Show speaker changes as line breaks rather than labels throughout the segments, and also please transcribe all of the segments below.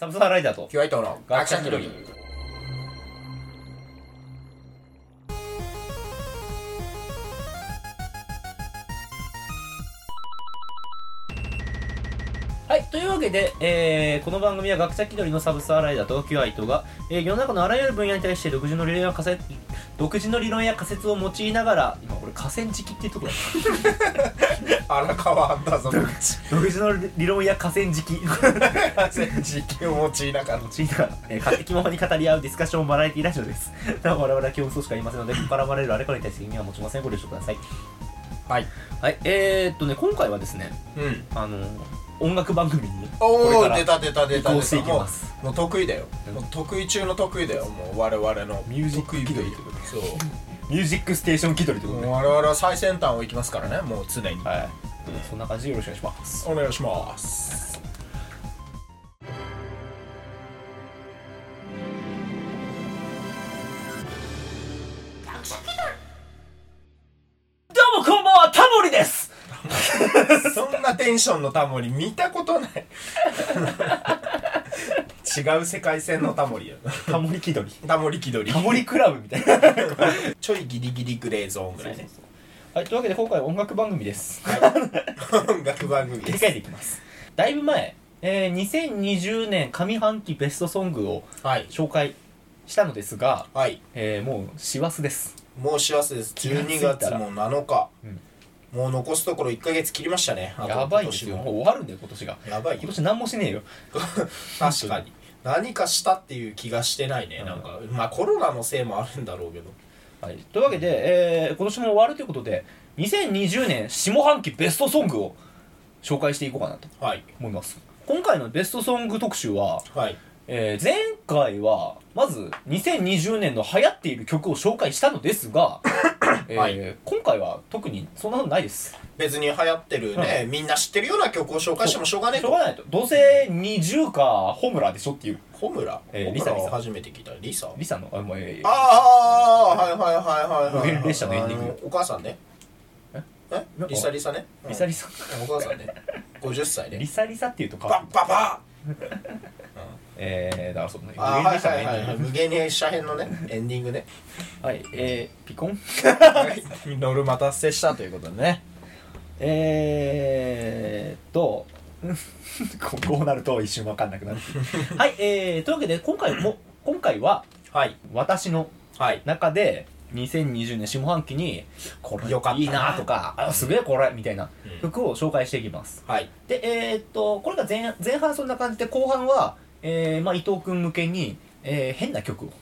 サブサーライダーと
キュアイトの学者気取り。
はい、というわけで、えーこの番組は学者気取りのサブスアライダーとキュアイトが、えー世の中のあらゆる分野に対して独自の理論や仮説独自の理論や仮説を用いながら今これ河川敷っていうところだ っ
荒川あんだぞ。
た独自の理論や河川敷
実験を用いながら。
用いながら、えー勝手気ままに語り合うディスカッションバラエティラジオです なお我々は競争しか言いませんので絡まれるあれからに対して意味は持ちませんご了承ください
はい。
はいえー、っとね今回はですね
うん。
あの音楽番組にこ
お
れ
お
から
出た出た出
移
た
行して
出
い
た。
き
も
ます
うもう得意だよ
う。ん
もう得意中の得意だよ。もう我々の
ミュージック
得意
気取り
分野そ
ミュージックステーション気取りという
う。
こと
も
で
う我々は最先端を行きますからね。もう常に。
はい、そんな感じでよろしくお願いします。
お願いします。
どうもこんばんは、タモリです
そんなテンションのタモリ見たことない。 違う世界線のタモリやな。
タモリ気取り。
タモリ気取り
タ。モリクラブみたいな。
ちょいギリギリグレーゾーンぐらいね。
はい、というわけで今回は音楽番組です。
音楽番組
切
で
り
す。
替えていきます。だいぶ前、えー、2020年上半期ベストソングを
はい。
紹介したのですが、
はい。
えー、もう師走です。
もう幸せです。
気がつい
12
たら
月も7日
うん。
もう残すところ1ヶ月切りましたね。あと
やばいですよ。も
今
う
年も
終わるんだよ、今年が。
やばい
今
よ。
年何もしね えよ。
確かに。何かしたっていう気がしてないね。
うん
なんか、まあコロナのせいもあるんだろうけど。
はい、というわけで、えー、今年も終わるということで、2020年下半期ベストソングを紹介していこうかなと。
はい。
思います今回のベストソング特集は、
はい。
えー前回はまず2020年の流行っている曲を紹介したのです が、えー
はい
今回は特にそんなことないです
別に流行ってるね、みんな知ってるような曲を紹介してもしょうがねえ
しょ
と
う。がないとどうせ20かホムラでしょっていう
ホムラ、
えー
ホム
リサ
ラ
リサ
は初めて聞いたリサ
リサのあもう、えー
ああはいはいはいはいはい
無限列車のエンディング
あのお母さんね
え
え
なんか
リサリサね
リサ
リ
リサ
お母さんね50歳
リ
ね
サリサっていうとか
バッババ
えー、だからそのね
ーあーはい
列車の
は
エン
い
ディング
はいはい無限列車編 のねエンディングね
はいえー、ピコン
ノルマ達成したということでね
えーっと、 ここうなると一瞬わかんなくなる。はい、えー、というわけで、今回も、今回は、
はい
私の
はい
中で、2020年下半期に、これ
よかったない
いなとか、あ、すげえこれ、みたいな
うん
曲を紹介していきます。
はい
で、えーっと、これが前前半そんな感じで、後半は、えー、まあ伊藤くん向けに、えー、変な 曲を。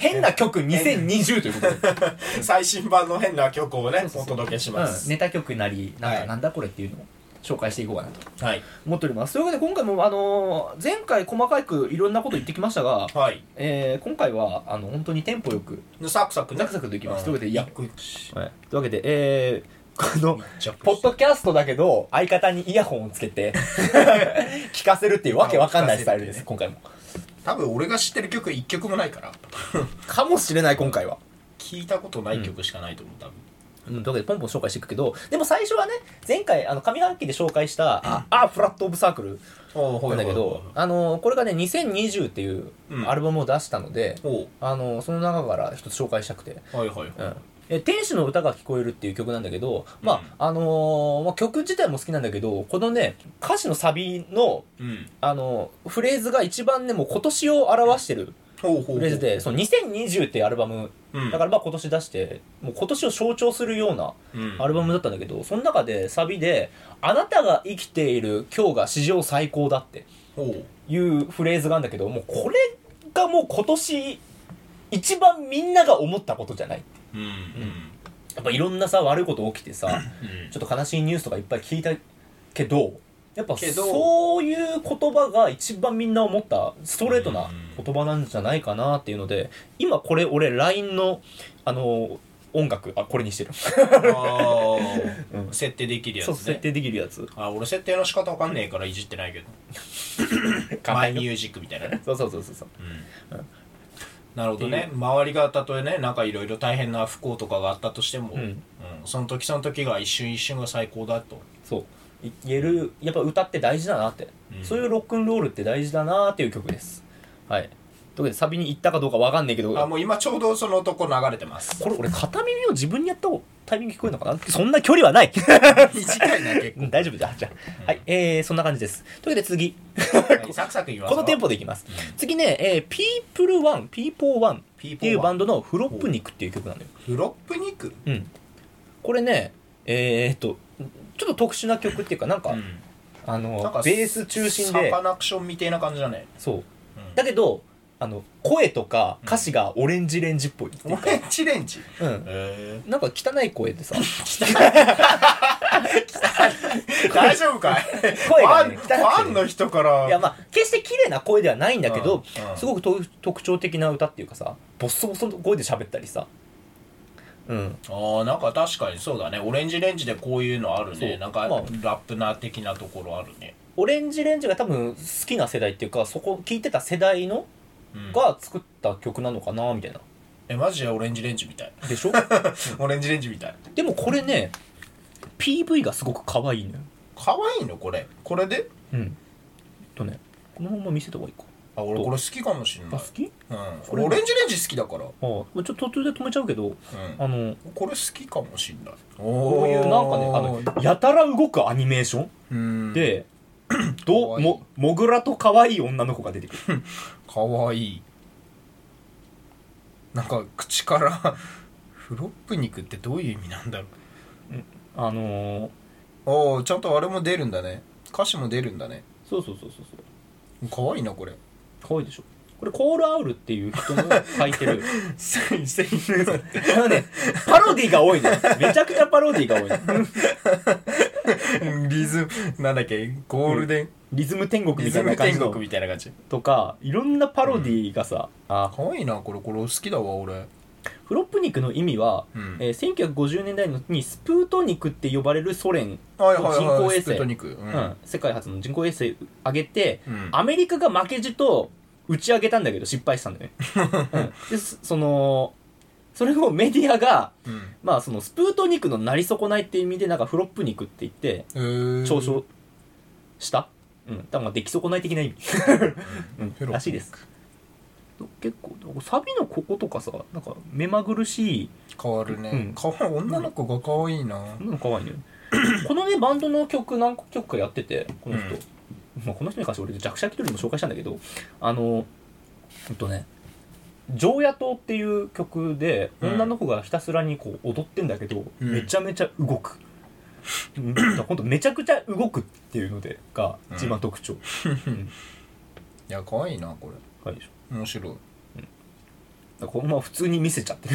変な曲2020ということで。
最新版の変な曲をね
そうそう
お
そう
届けしま
うん、
す
ネタ曲なり、なん
は
か
い
なんだこれっていうのを紹介していこうかなと。
はい
思っておりますというわけで今回も、あのー前回細かくいろんなこと言ってきましたが、
はい
えー今回はあの本当にテンポよく
サクサクね
ザクザクといきますというわけでいや
一個一個し
はいというわけで、えーこの
一個
ポッドキャストだけど相方にイヤホンをつけて 聞かせるっていうわけわかんないスタイルです、
聞
今回も
多分俺が知ってる曲一曲もないから
かもしれない今回は
聞いたことない曲しかないと思う多分
うん、というわけでポンポン紹介していくけどでも最初はね前回あの上半期で紹介した「ああフラット・オブ・サークル」
お
なんだけど、あのーこれがね2020っていうアルバムを出したので、
お
あのーその中から一つ紹介したくて
はいはいはい、
え天使の歌が聞こえるっていう曲なんだけど、まああのーまあ、曲自体も好きなんだけどこのね歌詞のサビの、
うん、
あのーフレーズが一番ねもう今年を表してる
ほうほうほう
フレーズでその2020っていうアルバム
うん、
だからまあ今年出してもう今年を象徴するような
うん、
アルバムだったんだけどその中でサビで「あなたが生きている今日が史上最高だ」って
ほ
いうフレーズがあるんだけどもうこれがもう今年一番みんなが思ったことじゃないう
うんうん
やっぱいろんなさ悪いこと起きて さ
うん
ちょっと悲しいニュースとかいっぱい聞いたけどやっぱ
けど
そういう言葉が一番みんな思ったストレートな言葉なんじゃないかなっていうので今これ俺 LINE のあの音楽あこれにしてる、う
あー設定できるやつ
そう
ね
設定できるやつ
あ俺設定の仕方わかんねえからいじってないけどマイミュージック みたいなね、
そうそうそうそうそう
うんなるほどね周りがたとえねなんかいろいろ大変な不幸とかがあったとしても、
うん
うんその時その時が一瞬一瞬が最高だと
そうい言えるやっぱ歌って大事だなって、
うん
そういうロックンロールって大事だなっていう曲ですはいというわけでサビに行ったかどうかわかんないけど
あもう今ちょうどそのとこ流れてます
これ俺片耳を自分にやったタイミング聞こえるのかなそんな距離はない
短いな結
うん大丈夫だじゃあはいえー、そんな感じですというわけで次
構、はい、サクサクいきます
このテン
ポ
ポでいきます次ね、えー、People One People One っていうバンドのフロップニックっていう曲なのよ
フロップ肉
うんこれねえー、っとちょっと特殊な曲っていうかなんか、あ
なん
の
か
ベース中心で
サカナクションみたいな感じだね、
そう
うん
だけどあの声とか歌詞がオレンジレンジっぽいっていう
オ
か
レン ジレンジ
うん
え
なんか汚い声でさ
え大丈夫かい
声
フ
が
ァ
ね
ン
汚
フ
くてね
ァンの人から
いやまあ決して綺麗な声ではないんだけど、
うんうん
すごくと特徴的な歌っていうかさボッソボソの声で喋ったりさうん
あーなんか確かにそうだねオレンジレンジでこういうのある
そう
ねなんか、
まあ
ラップな的なところあるね、
オレンジレンジが多分好きな世代っていうかそこ聴いてた世代の
うん
が作った曲なのかなみたいな
えマジでオレンジレンジみたい
で しょ
オレンジレンジみたい
でもこれね PV がすごく可愛いのよ
可愛いのこれこれで
うんとねこのまま見せた方がいいか
あ俺これ好きかもし
あ
んない
好き
うん、
これ
俺オレンジレンジ好きだから、
ああもうちょっと途中で止めちゃうけど
う
あの
ん、これ好きかもしんない
こ
こ
ういうなんかねあのやたら動くアニメーション
うん
で、どうももぐらと可愛い女の子が出てくる
かわいいなんか口から フロップ肉ってどういう意味なんだろ
あのー、
うおおちゃんとあれも出るんだね歌詞も出るんだね
そうそうそうそうそう
かわいいなこれ
可愛いでしょこれコールアウルっていう人の書いて る
セイセイヌー
あのねパロディが多いのよめちゃくちゃパロディが多いの
リズムなんだっけゴールデン、
リズム天国
リ
み
ズ
たい
ム
な感
天
じの
国みたいな感じ
とかいろんなパロディがさ、あ
かわいいなこれこれ好きだわ俺
フロップ肉の意味は、
うん
えー1950年代のにスプートニクって呼ばれるソ連、
はいはいはい
人工衛星
スプートニクうん、
うん世界初の人工衛星上げて
うん
アメリカが負けじと打ち上げたんだけど失敗したんだよね、 うんでそそのそれをメディアが、
うん
まあ、そのスプートニクのなり損ないっていう意味でなんかフロップ肉って言って
へー
嘲笑した、うん、多分出来損ない的な意味、う
フ
ん、
ロップ肉
らしいです結構サビのこことかさなんか目まぐるしい
変わるね、
うん
かわいい女の子がかわいいな、
こんなの可愛いね このねバンドの曲何曲かやっててこの人、
うん
まあ、この人に関して俺弱者気取りも紹介したんだけどあのほんとね「常夜灯」っていう曲で
うん
女の子がひたすらにこう踊ってんだけど、
うん
めちゃめちゃ動く。本当めちゃくちゃ動くっていうのでが
うん
一番特 徴、うん
いや可愛いなこ
可愛いでしょ
れ面白い
だからこのまま普通に見せちゃってる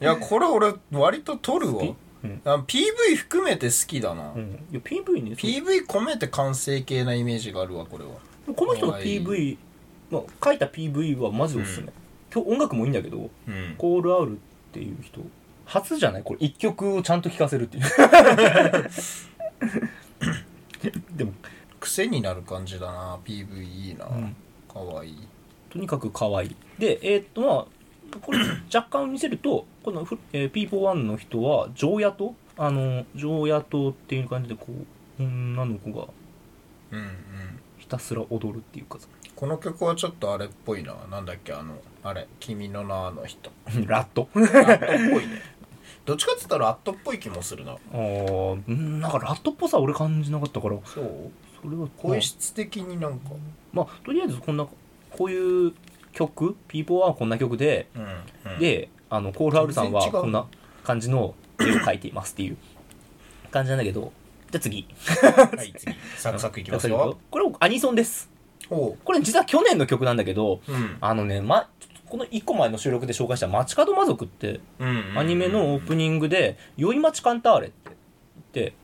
いやこれ俺割と撮るわ
好きうん
あ PV 含めて好きだな、
うんいや PV ね
PV 込めて完成形なイメージがあるわこれは
この人の
可愛い
PV、まあ、書いた PV はマジおすすめ、
うん
今日音楽もいいんだけど
うん
コールアウルっていう人初じゃないこれ一曲をちゃんと聴かせるっていう でも、
癖になる感じだな PV いいな、
うん
可愛かわいい
とにかく可愛いでえーっとまあこれ若干見せるとこのフ、えー、P41 の人は常夜灯あの常夜灯っていう感じでこう女の子が
うんうん
ひたすら踊るっていうかさ
この曲はちょっとあれっぽいななんだっけあのあれ「君の名の人
ラット」
ラットっぽいね どっちかって言ったらラットっぽい気もするな
あーうんなんかラットっぽさ俺感じなかったから
そう
それは
声質的になんか
まあとりあえずこんなこういう曲 P4 はこんな曲で
うん、うん、
であのコールハウルさんは
全然違う
こんな感じの絵を描いていますっていう感じなんだけどじゃあ次
はい次サクサクいきますよ
これアニソンです
おう
これ実は去年の曲なんだけど
うん
あのね、ま、ちょっとこの1個前の収録で紹介した「街角魔族」って
うん
アニメのオープニングで「宵町カンターレ」って言って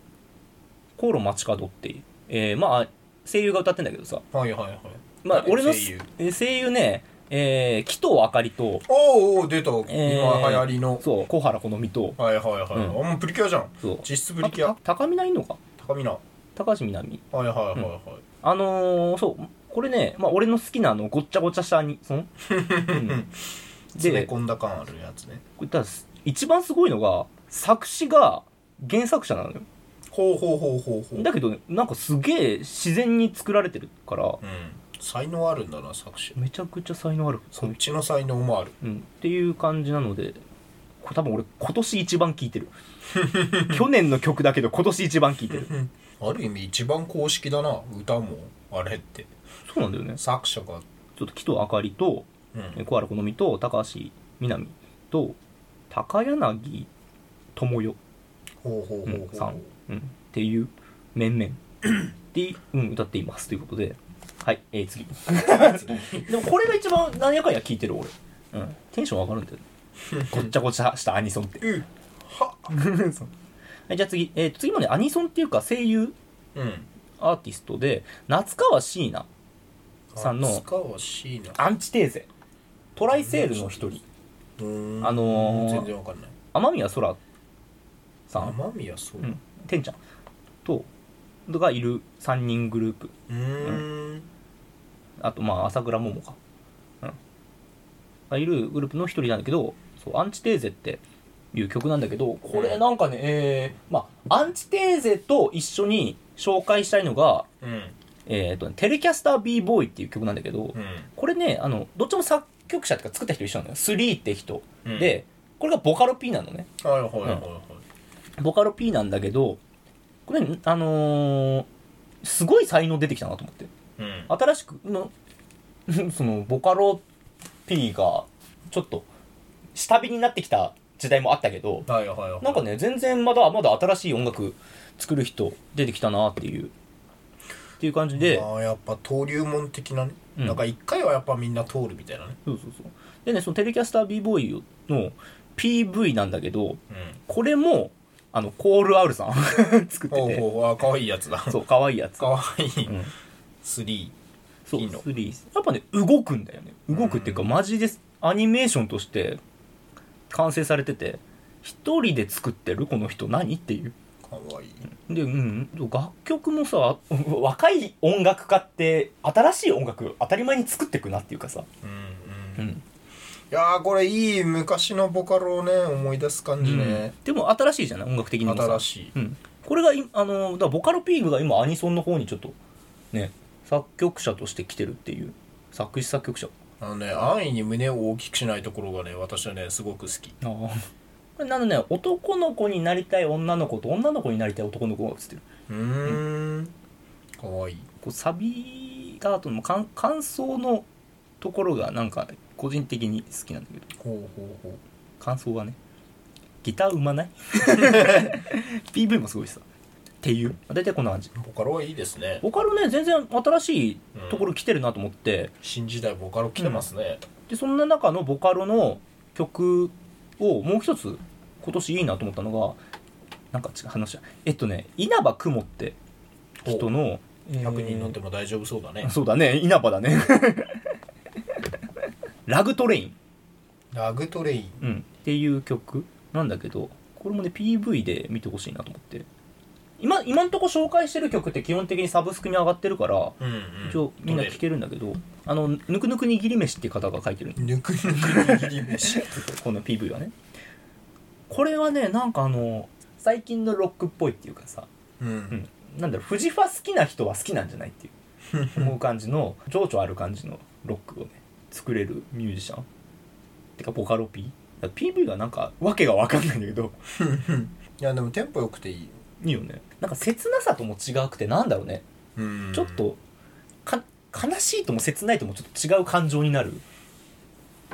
「航路街角」っていう、えーまあ声優が歌ってんだけどさ
はいはいはい
まあ
誰
俺の
声優
えー声優ね、えー、紀藤あかりと
おうおう出た、
えー
今流行りの
そう小原好みと
はいはいはい、
うん
あもうプリキュアじゃん
そう
実質
あ
プリキュ
と
ア
た高見ないのか
高見なは
高橋みなみ
いはいはいはい、
あのー、そうこれね、まあ、俺の好きなあのごっちゃごちゃしたアニソン、うん
詰め
でこ
込んだ感あるやつね
れただ一番すごいのが作詞が原作者なのよ
ほうほうほうほうほう
だけどねなんかすげえ自然に作られてるから
うん才能あるんだな作詞
めちゃくちゃ才能ある
そっちの才能もある
うん、っていう感じなのでこれ多分俺今年一番聴いてる去年の曲だけど今年一番聴いてる
ある意味一番公式だな歌もあれって
そうなんだよね
作者が
ちょっと木戸あかりと
うん
え小原好みと高橋みなみと高柳智代、
ほうほう
う
ほ
ん
う
さ
ほ
んうん、っていう面々で、うん、歌っていますということではい、えー、次 でもこれが一番何やかんや聴いてる俺、うん、テンション上がるんだよね ごっちゃごちゃしたアニソンって
ううんは
そうはいじゃあ次、えー次もねアニソンっていうか声優
うん
アーティストで夏川椎名さんの
塚は椎名
アンチテーゼトライセールの一人
うーん
あのー
全然わかんない
雨宮空さん、
天宮そう
うん、てんちゃんとがいる3人グループ
うーん
あとまあ朝倉桃か、うん、がいるグループの一人なんだけどそうアンチテーゼっていう曲なんだけどこれなんかね、えーまあアンチテーゼと一緒に紹介したいのが
うん
えーとねテレキャスター b ボーイっていう曲なんだけど、
うん
これねあのどっちも作曲者っていうか作った人一緒なのよ3って人、
うん
でこれがボカロ P なのね
はいはいはいはい
ボカロ P なんだけどこれあのーすごい才能出てきたなと思って
うん
新しくの そのボカロ P がちょっと下火になってきた時代もあったけど
はいはいはい
なんかね全然まだまだ新しい音楽作る人出てきたなっていうっていう感じで、
まあやっぱ登竜門的なね
うん
なんか一回はやっぱみんな通るみたいなね
そうそうそう。でね、そのテレキャスター b ボーイの PV なんだけど、
うん
これも、あの、コールアウルさん 作って
ほう
て、
ほうあ可愛いやつだ
そう、可愛いやつ。
可愛い
うん
3
そう、
いいの
スリーやっぱね、動くんだよね。動くっていうか、
うん
マジです。アニメーションとして完成されてて、一人で作ってるこの人何っていう。
可愛い
で、うん、楽曲もさ、 若い音楽家って、新しい音楽当たり前に作ってくなっていうかさ、
うんうん
うん。
いやーこれいい昔のボカロをね思い出す感じね、
でも新しいじゃない音楽的にもさ。
新しい
うん、これがいあのだからボカロピーグが今アニソンの方にちょっとね作曲者として来てるっていう作詞作曲者
あのね安易に胸を大きくしないところがね私はねすごく好き
あこれなのね男の子になりたい女の子と女の子になりたい男の子が映ってる
うーんかわいい
こうサビだ後の感感想のところがなんか個人的に好きなんだけど
ほうほうほ
感想はねギターうまない PV もすごいしさっていう大体こんな感じ
うボカロはいいですね
ボカロね全然新しいところ来てるなと思って、
新時代ボカロ来てますね、
でそんな中のボカロの曲をもう一つ今年いいなと思ったのがなんか違う話だえっとね稲葉雲って人の
100人乗っ
え
ても大丈夫そうだね
ー、そうだね稲葉だね ラグトレイン、
ラグトレイン
うん、っていう曲なんだけどこれもね PV で見てほしいなと思って今今んとこ紹介してる曲って基本的にサブスクに上がってるから
うん、うん、
一応みんな聴けるんだけどあのぬくぬくにぎり飯っていう方が書いてるん
ぬくぬく握り飯
この PV はねこれはねなんかあの最近のロックっぽいっていうかさ、
う
うんん、なんだろうフジファ好きな人は好きなんじゃないっていう 思う感じの情緒ある感じのロックをね作れるミュージシャンてかボカロ P だから PV がなんかわけがわかんないんだけど
いやでもテンポ良くていい
いいよねなんか切なさとも違くてなんだろうね
うん
ちょっとか悲しいとも切ないともちょっと違う感情になる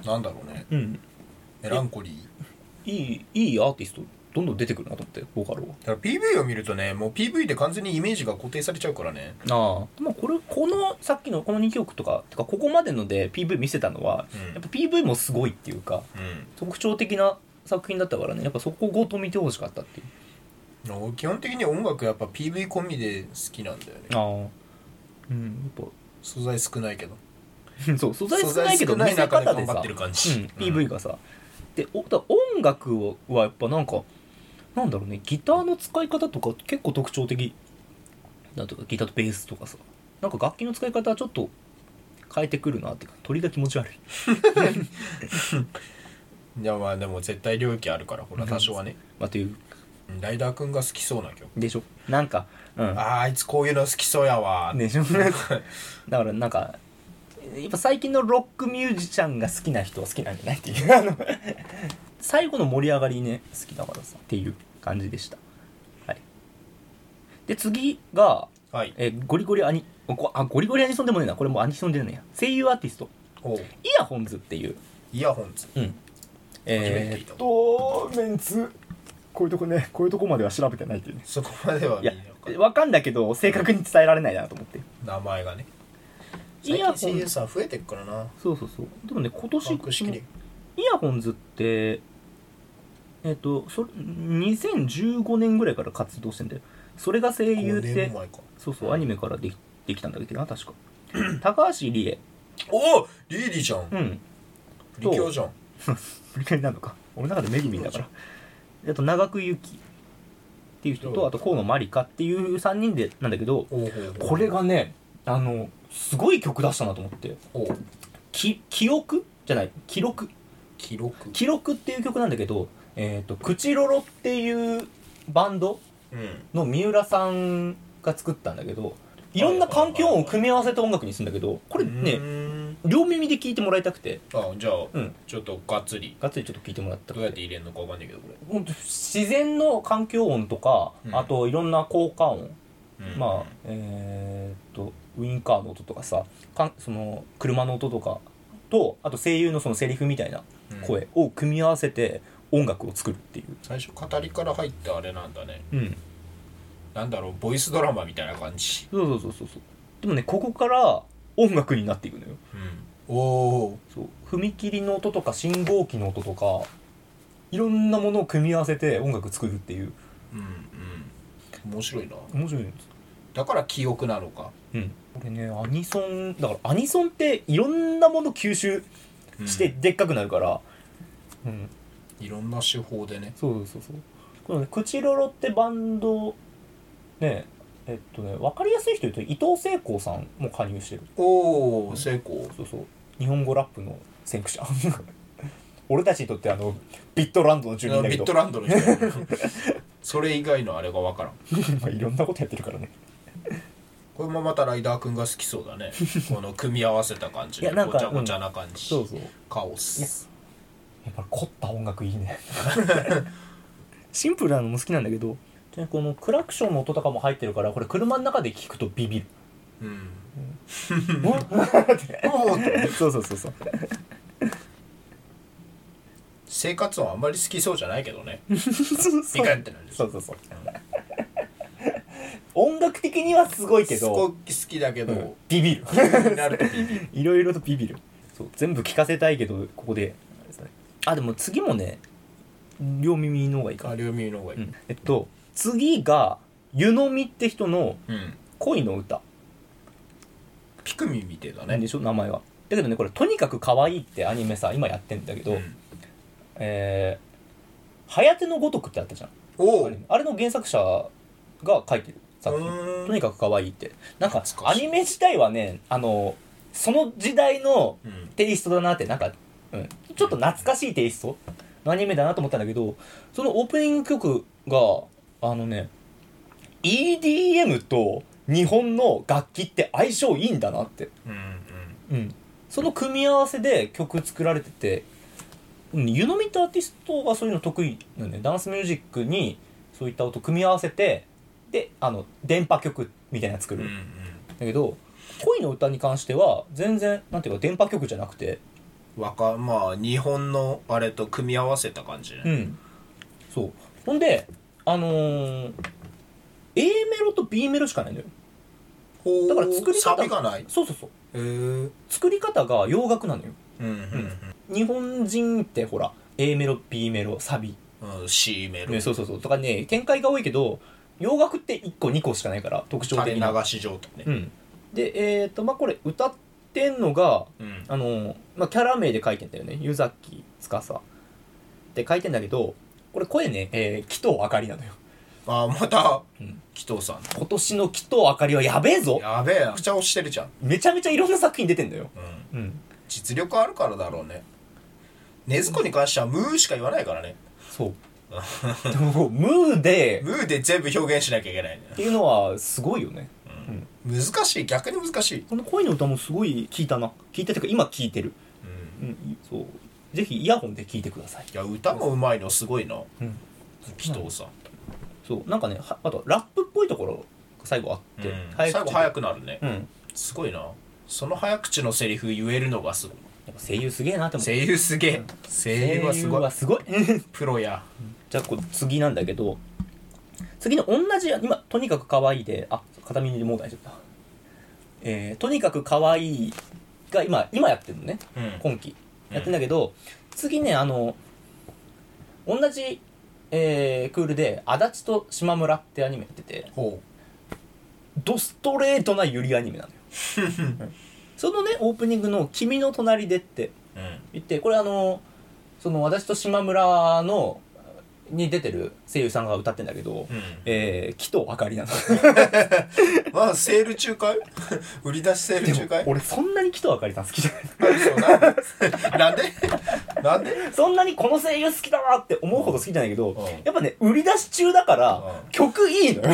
なんだろうね
うん
メランコリー
いいいいアーティストどんどん出てくるなと思ってボカロは
だから PV を見るとねもう PV で完全にイメージが固定されちゃうからね
ああまあこれこのさっきのこの2曲とかてかここまでので PV 見せたのは
うん
やっぱ PV もすごいっていうか
う
特徴的な作品だったからねやっぱそこをごと見てほしかったっていうん
俺基本的に音楽やっぱ PV 込みで好きなんだよね
ああうんやっ
素材少ないけど
ぱそう素材少ないけど見せ
素材少ない中で
方で
頑張
さ
ってる感
う
じ
ん、PV がさでおだ音楽をはやっぱなんかなんだろうねギターの使い方とか結構特徴的なんとかギターとベースとかさなんか楽器の使い方はちょっと変えてくるなっていうか鳥が気持ち悪い
いやまあでも絶対領域あるからほら多少はね
まあ、という
ライダーくんが好きそうな曲
でしょなんかうん
あーあいつこういうの好きそうやわー
でし ょだからなんかやっぱ最近のロックミュージシャンが好きな人は好きなんじゃないっていう あの最後の盛り上がりね好きだからさっていう感じでしたはいで次が
はい
えーゴリゴリアニこあゴリゴリアニソンでもねえなこれもうアニソンでねえや声優アーティスト
おう
イヤホンズっていう
イヤホンズ
うん
めて
え
聞い
ー
た
っとメンツこういうとこねこういうとこまでは調べてないっていうね
そこまではい見
や
えなかっ
わかんだけど正確に伝えられないなと思って
た名前がね
イ
最
ヤ
近
ホン
CS は増えてっからな
そうそうそうでもね今年
格式で
イヤホンズってえっ、とそ2015年ぐらいから活動してんだよそれが声優っ
5
て
年前か
そうそうアニメからできできたんだっけどな 確か高橋理恵
おおリーリじゃん
うん
リキョウじゃん
無理やりなのか俺の中でメギミンだからあと長久ゆきっていう人
そう
とあと河野まりかっていう3人でなんだけど
おう
これがねあのすごい曲出したなと思って
おう
き記憶じゃない記録
記録
記録っていう曲なんだけど「えー、とクチロロ」っていうバンド
うん
の三浦さんが作ったんだけどいろんな環境音を組み合わせた音楽にするんだけどこれ
う
ね
ーん
両耳で聴いてもらいたくて
あじゃあ
うん
ちょっとがっつり
がっつりちょっと聴いてもらった
どうやって入れるのかわかんないけどこれ
ほんと自然の環境音とか、
うん
あといろんな効果音、
うん
まあえーっとウインカーの音とかさかんその車の音とかとあと声優のそのセリフみたいな
うん
声を組み合わせて音楽を作るっていう、
最初語りから入ってあれなんだね
うん、
なんだろうボイスドラマみたいな感じ
そうそうそうそうそうでもねここから音楽になっていくのよ
うんおお
そう踏切の音とか信号機の音とかいろんなものを組み合わせて音楽作るっていう
うんうん面白いな
面白いんです
だから記憶なのか
うんこれねアニソンだからアニソンっていろんなもの吸収してでっかくなるからうん、
いろんな手法でね
そうそうそうこのねクチロロってバンドねえっとね分かりやすい人言うと伊藤聖光さんも加入してる
おお成功
そうそう日本語ラップの先駆者 俺たちにとってあのビットランドの住
ビ
人だけど
ットランドの人 それ以外のあれがわからん
まあいろんなことやってるからね
これもまたライダーくんが好きそう だねこの組み合わせた感じ
いや
ね
なん
ご
か
ちゃごちゃな感じ
そうそうや
カオス
っぱり凝った音楽いいね シンプルなのも好きなんだけどでこのクラクションの音とかも入ってるからこれ車の中で聞くとビビる
うん
うわ
もう
そうそうそうそう
生活音あんまり好きそうじゃないけどね
そう
ピカってなるでし
そ
ょ
うそうそう音楽的にはすごいけ
すご
ど
い好きだけど、
うんビビる
なるとビビる
いろいろとビビるそう全部聞かせたいけどここであれですねあでも次もね両耳の方がいいかな
あ両耳の方がいい、
うんえっと次が湯飲みって人の
うん
恋の歌
ピクミンみてえだ
なん
ね
でしょ名前はだけどねこれ「とにかく可愛いってアニメさ今やってんだけど、
うん
えー「はやてのごとく」ってあったじゃん
お
あ
う
れあれの原作者が書いてる作品
うーん
とにかく可愛いってなんか
懐か
ア
しい
ニメ自体はねあのその時代の
うん
テイストだなってなんか、うん、ちょっと懐かしいテイストのアニメだなと思ったんだけどそのオープニング曲があのね EDM と日本の楽器って相性いいんだなって、
うんうん
うん、その組み合わせで曲作られててうん湯飲みってアーティストがそういうの得意なんでダンスミュージックにそういった音組み合わせてであの電波曲みたいなの作
うん
る、
うん
だけど恋の歌に関しては全然なんていうか電波曲じゃなくて
若まあ日本のあれと組み合わせた感じね、
うんそうほんであのー A メロと B メロしかないんだよ
ほう
だから作り方
サビがないへ
そうそうそう
えうん
作り方が洋楽なのよ
うん
日本人ってほら A メロ B メロサビ、
うん、うん、C メロ、
ね、そうそうそうとかね展開が多いけど洋楽って1個2個しかないから特徴
垂れ
的
流
な
し状態
う
ね
んでえっ、とまあこれ歌ってんのが
うん
あのーまあ、キャラ名で書いてんだよね湯崎司って書いてんだけどこれ声ね、えー、紀藤あかりなのよ
あまた、
うん
紀藤さん
今年の紀藤あかりはやべえぞ
やべえ口押してるじゃん、
めちゃめちゃいろんな作品出てんだよ
うん、
うん
実力あるからだろうね禰豆子に関しては「ムー」しか言わないからね
そう でももうムーで
ムーで全部表現しなきゃいけないね
っていうのはすごいよね
難しい逆に難しい、
この恋の歌もすごい聞いたな聞いたというか今聞いてる、
うん、
うん、そうぜひイヤホンで聞いてください
いや歌もうまいのすごいな
うん
紀藤さん、
そうなんかねはあとラップっぽいところが最後あって、
うん
早
最
口で
後早くなるね
うんや
すごいなその早口のセリフ言えるのがすごい
っぱ声優すげえなって思って
声優すげえ声優はすごい
すごい
プロや
じゃあこう次なんだけど次の同じ今とにかく可愛いであ片耳でもう大丈夫だえー、とにかく可愛いが今今やってるのね
うん
今期やってんだけど、次ねあの同じ、えークールで「足立と島村」ってアニメやってて
ほ
ドストレートなゆりアニメなのようんそのねオープニングの「君の隣で」って
ううん
言ってこれあのその私と島村のに出てる声優さんが歌ってんだけど、
うん
えー、木とあかり なの
まあセール中かい 売り出しセール
で
中
も
かい
俺そんなに木とあかりさん好きじゃない
あそう なんでなんでなんで
そんなにこの声優好きだわって思うほど好きじゃないけど、
うん
やっぱね、売り出し中だから、
うん
曲いい のよ。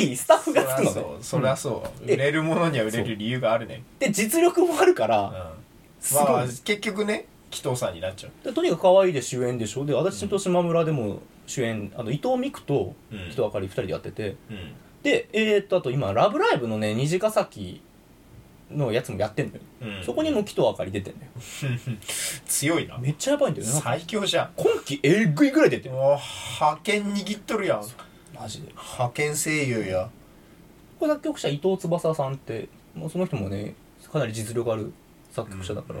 いいスタッフ
そり
がつ
ゃ
くのね
そ。うそりゃそう
で
売れるものには売れる理由があるね
で、実力もあるか
うん
ら、すごい。
まあ結局ね紀藤さんになっちゃう
でとにかく可愛いで主演でしょ。で、私と島村でも主演、あの、伊藤美久と
うん
木戸あかり二人でやってて。
うん
で、えー、っと、あと今、ラブライブのね、虹ヶ崎のやつもやってんのよ。
うん
そこにも木戸あかり出てんのよ。
強いな
めっちゃやばいんだよね。なんか
最強じゃん
今季えぐいぐらい出てる。
もう派遣握っとるやん
マジで。
派遣声優や
これ作曲者伊藤翼さんってもうその人もねかなり実力ある作曲者だから、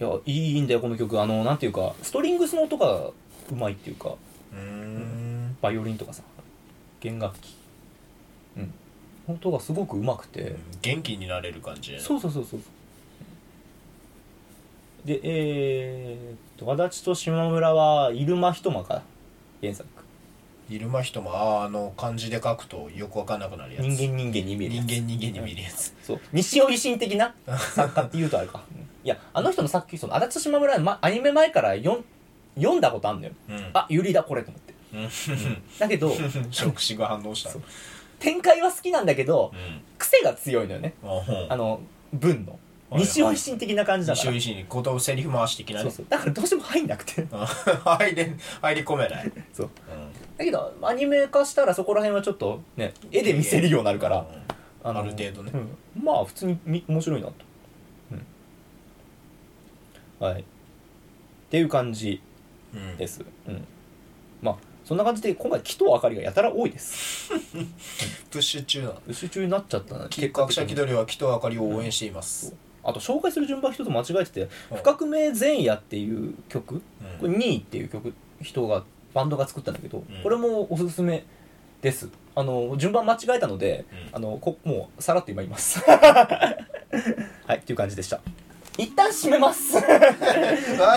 いやいいんだよこの曲あのなんていうかストリングスの音がうまいっていうか
うんうん
バイオリンとかさ弦楽器うん音がすごくうまくて、
元気になれる感じ
そうそうそうそうでえー、っと足立と島村は入間一間か原作
入間人もあーあの漢字で書くとよくわかんなくなるやつ
人間人間に見えるや
人
つ
間人間に見るやつ
そう西尾維新的な作家っていうとあれ かうんいやあの人のさっきその足立島村の、ま、アニメ前から読ん読んだことあんのよ
うん
あユリだこれと思って
うん
だけど
触手が反応した
そう展開は好きなんだけど
うん
癖が強いのよね
あほん
あの文の
はいはい
西尾維新的な感じだか
西
ら
尾維新に言葉セリフ回し的な
そう
ね
そうだからどうしても入んなくて
あ 入れ入り込めない
そう
うん
だけどアニメ化したらそこら辺はちょっとね絵で見せるようになるから
うん
あの
ある程度ね
うんまあ普通にみ面白いなと、うん、はいっていう感じ
うん
です、うん、まあそんな感じで今回木と明かりがやたら多いです
プッシュ中なの
薄中になっちゃったな
企画者気
的に
取りは紀藤あかりを応援しています、
あと紹介する順番一つ間違えてて「
うん
不革命前夜」っていう曲こ
う
れ
ん
2位っていう曲人がバンドが作ったんだけど、
うん
これもおすすめですあの順番間違えたので、
うん
あのこもうさらっと今言います はいっていう感じでした一旦閉めます
ま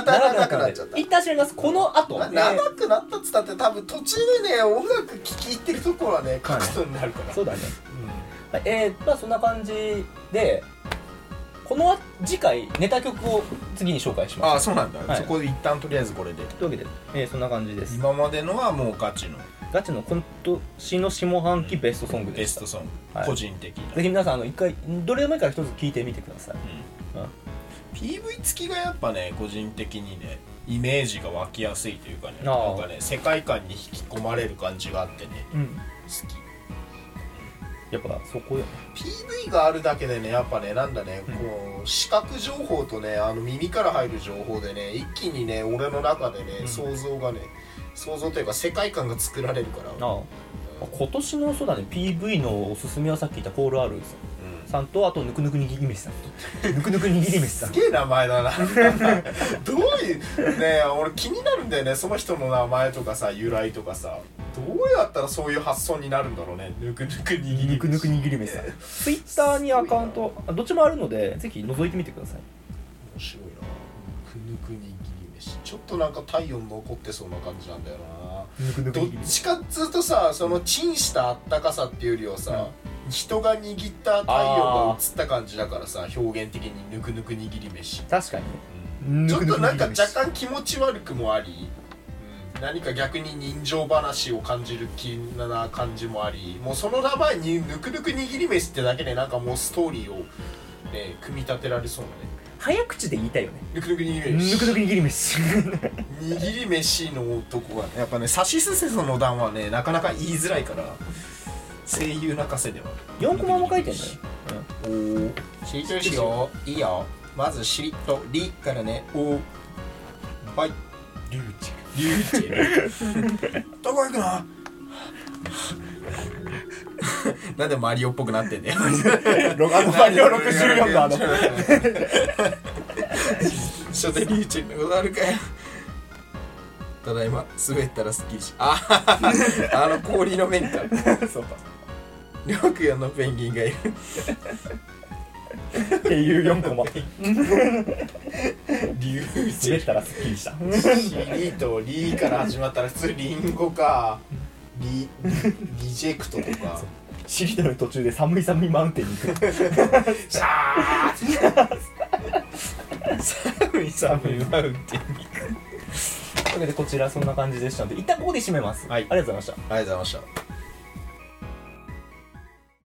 た長くなっちゃっ
一旦閉めますこの後、
た長くなったっつったって多分途中でね音楽聴き入ってるところはね書くことになるから、
そうだねはいえー、まあそんな感じでこの後次回ネタ曲を次に紹介します
ああそうなんだ、
はい
そこで一旦とりあえずこれで
というわけで、えー、そんな感じです
今までのはもうガチの
ガチの今年の下半期ベストソング
ベ
で
ス
した、
トソング、
はい
個人的な、
ぜひ皆さんあの一回どれでもいいから一つ聞いてみてください
うん
うん
PV 付きがやっぱね個人的にねイメージが湧きやすいというかね
あー
なんかね世界観に引き込まれる感じがあってね
うん
好き
やっぱそこよ
PV があるだけでねやっぱねなんだね、こう視覚情報とねあの耳から入る情報でね一気にね俺の中でね、
うん
想像がね想像というか世界観が作られるから、
ああ今年のそうだね PV のおすすめはさっき言ったコール・アール
うん
さんとあとぬくぬくにぎり飯さん とぬくぬくにぎり飯さ
す
ん
げえ名前だなどういうね俺気になるんだよねその人の名前とかさ由来とかさどうやったらそういう発想になるんだろうねぬくぬくにぎり
ぬくぬくにぎり飯さん Twitter にアカウントあどっちもあるのでぜひ覗いてみてください
面白いなぬくぬくにぎり飯ちょっとなんか体温残ってそうな感じなんだよな
ぬくぬく
ど
に
っ
ぎり飯
ちかっつうとさそのチンしたあったかさっていうよりはさ、人が握った太陽が映った感じだからさ表現的にぬくぬく握り飯、
確かに
ち
ぬ
ょっ
くぬくにぎり飯
となんか若干気持ち悪くもあり、何か逆に人情話を感じる気な感じもありもうその名前にぬくぬく握り飯ってだけでなんかもうストーリーを、ね、組み立てられそうなね
早口で言いたいよね
ぬくぬく握り
ぬ
飯
くぬく握り飯
握り飯の男はねやっぱねさしすせその段はねなかなか言いづらいから声優泣かせでは
4コマも書いてんだよ
おおしりとりしよういいよまずしりとりからねおバイリュウチェルリュウチ ェルどこ行くのなんでマリオっぽくなってんだよ
ロガ
マリオ64
だ
だあの 初手リュウチェルのことあるかよただいま滑ったらスッキリしああの氷の面か
そうか
りょうくよのペンギンがいる
っていう4コマ
リュウチ
滑
ェル
ったらすっきりした
シリとリーから始まったら普通リンゴかリリジェクトと か
シリトル途中で寒い寒いマウンテンに行 く
シャー寒い寒いマウンテ
とい
ン
うわけでこちらそんな感じでしたので一旦ここで締めます、
はい
ありがとうございました
ありがとうございました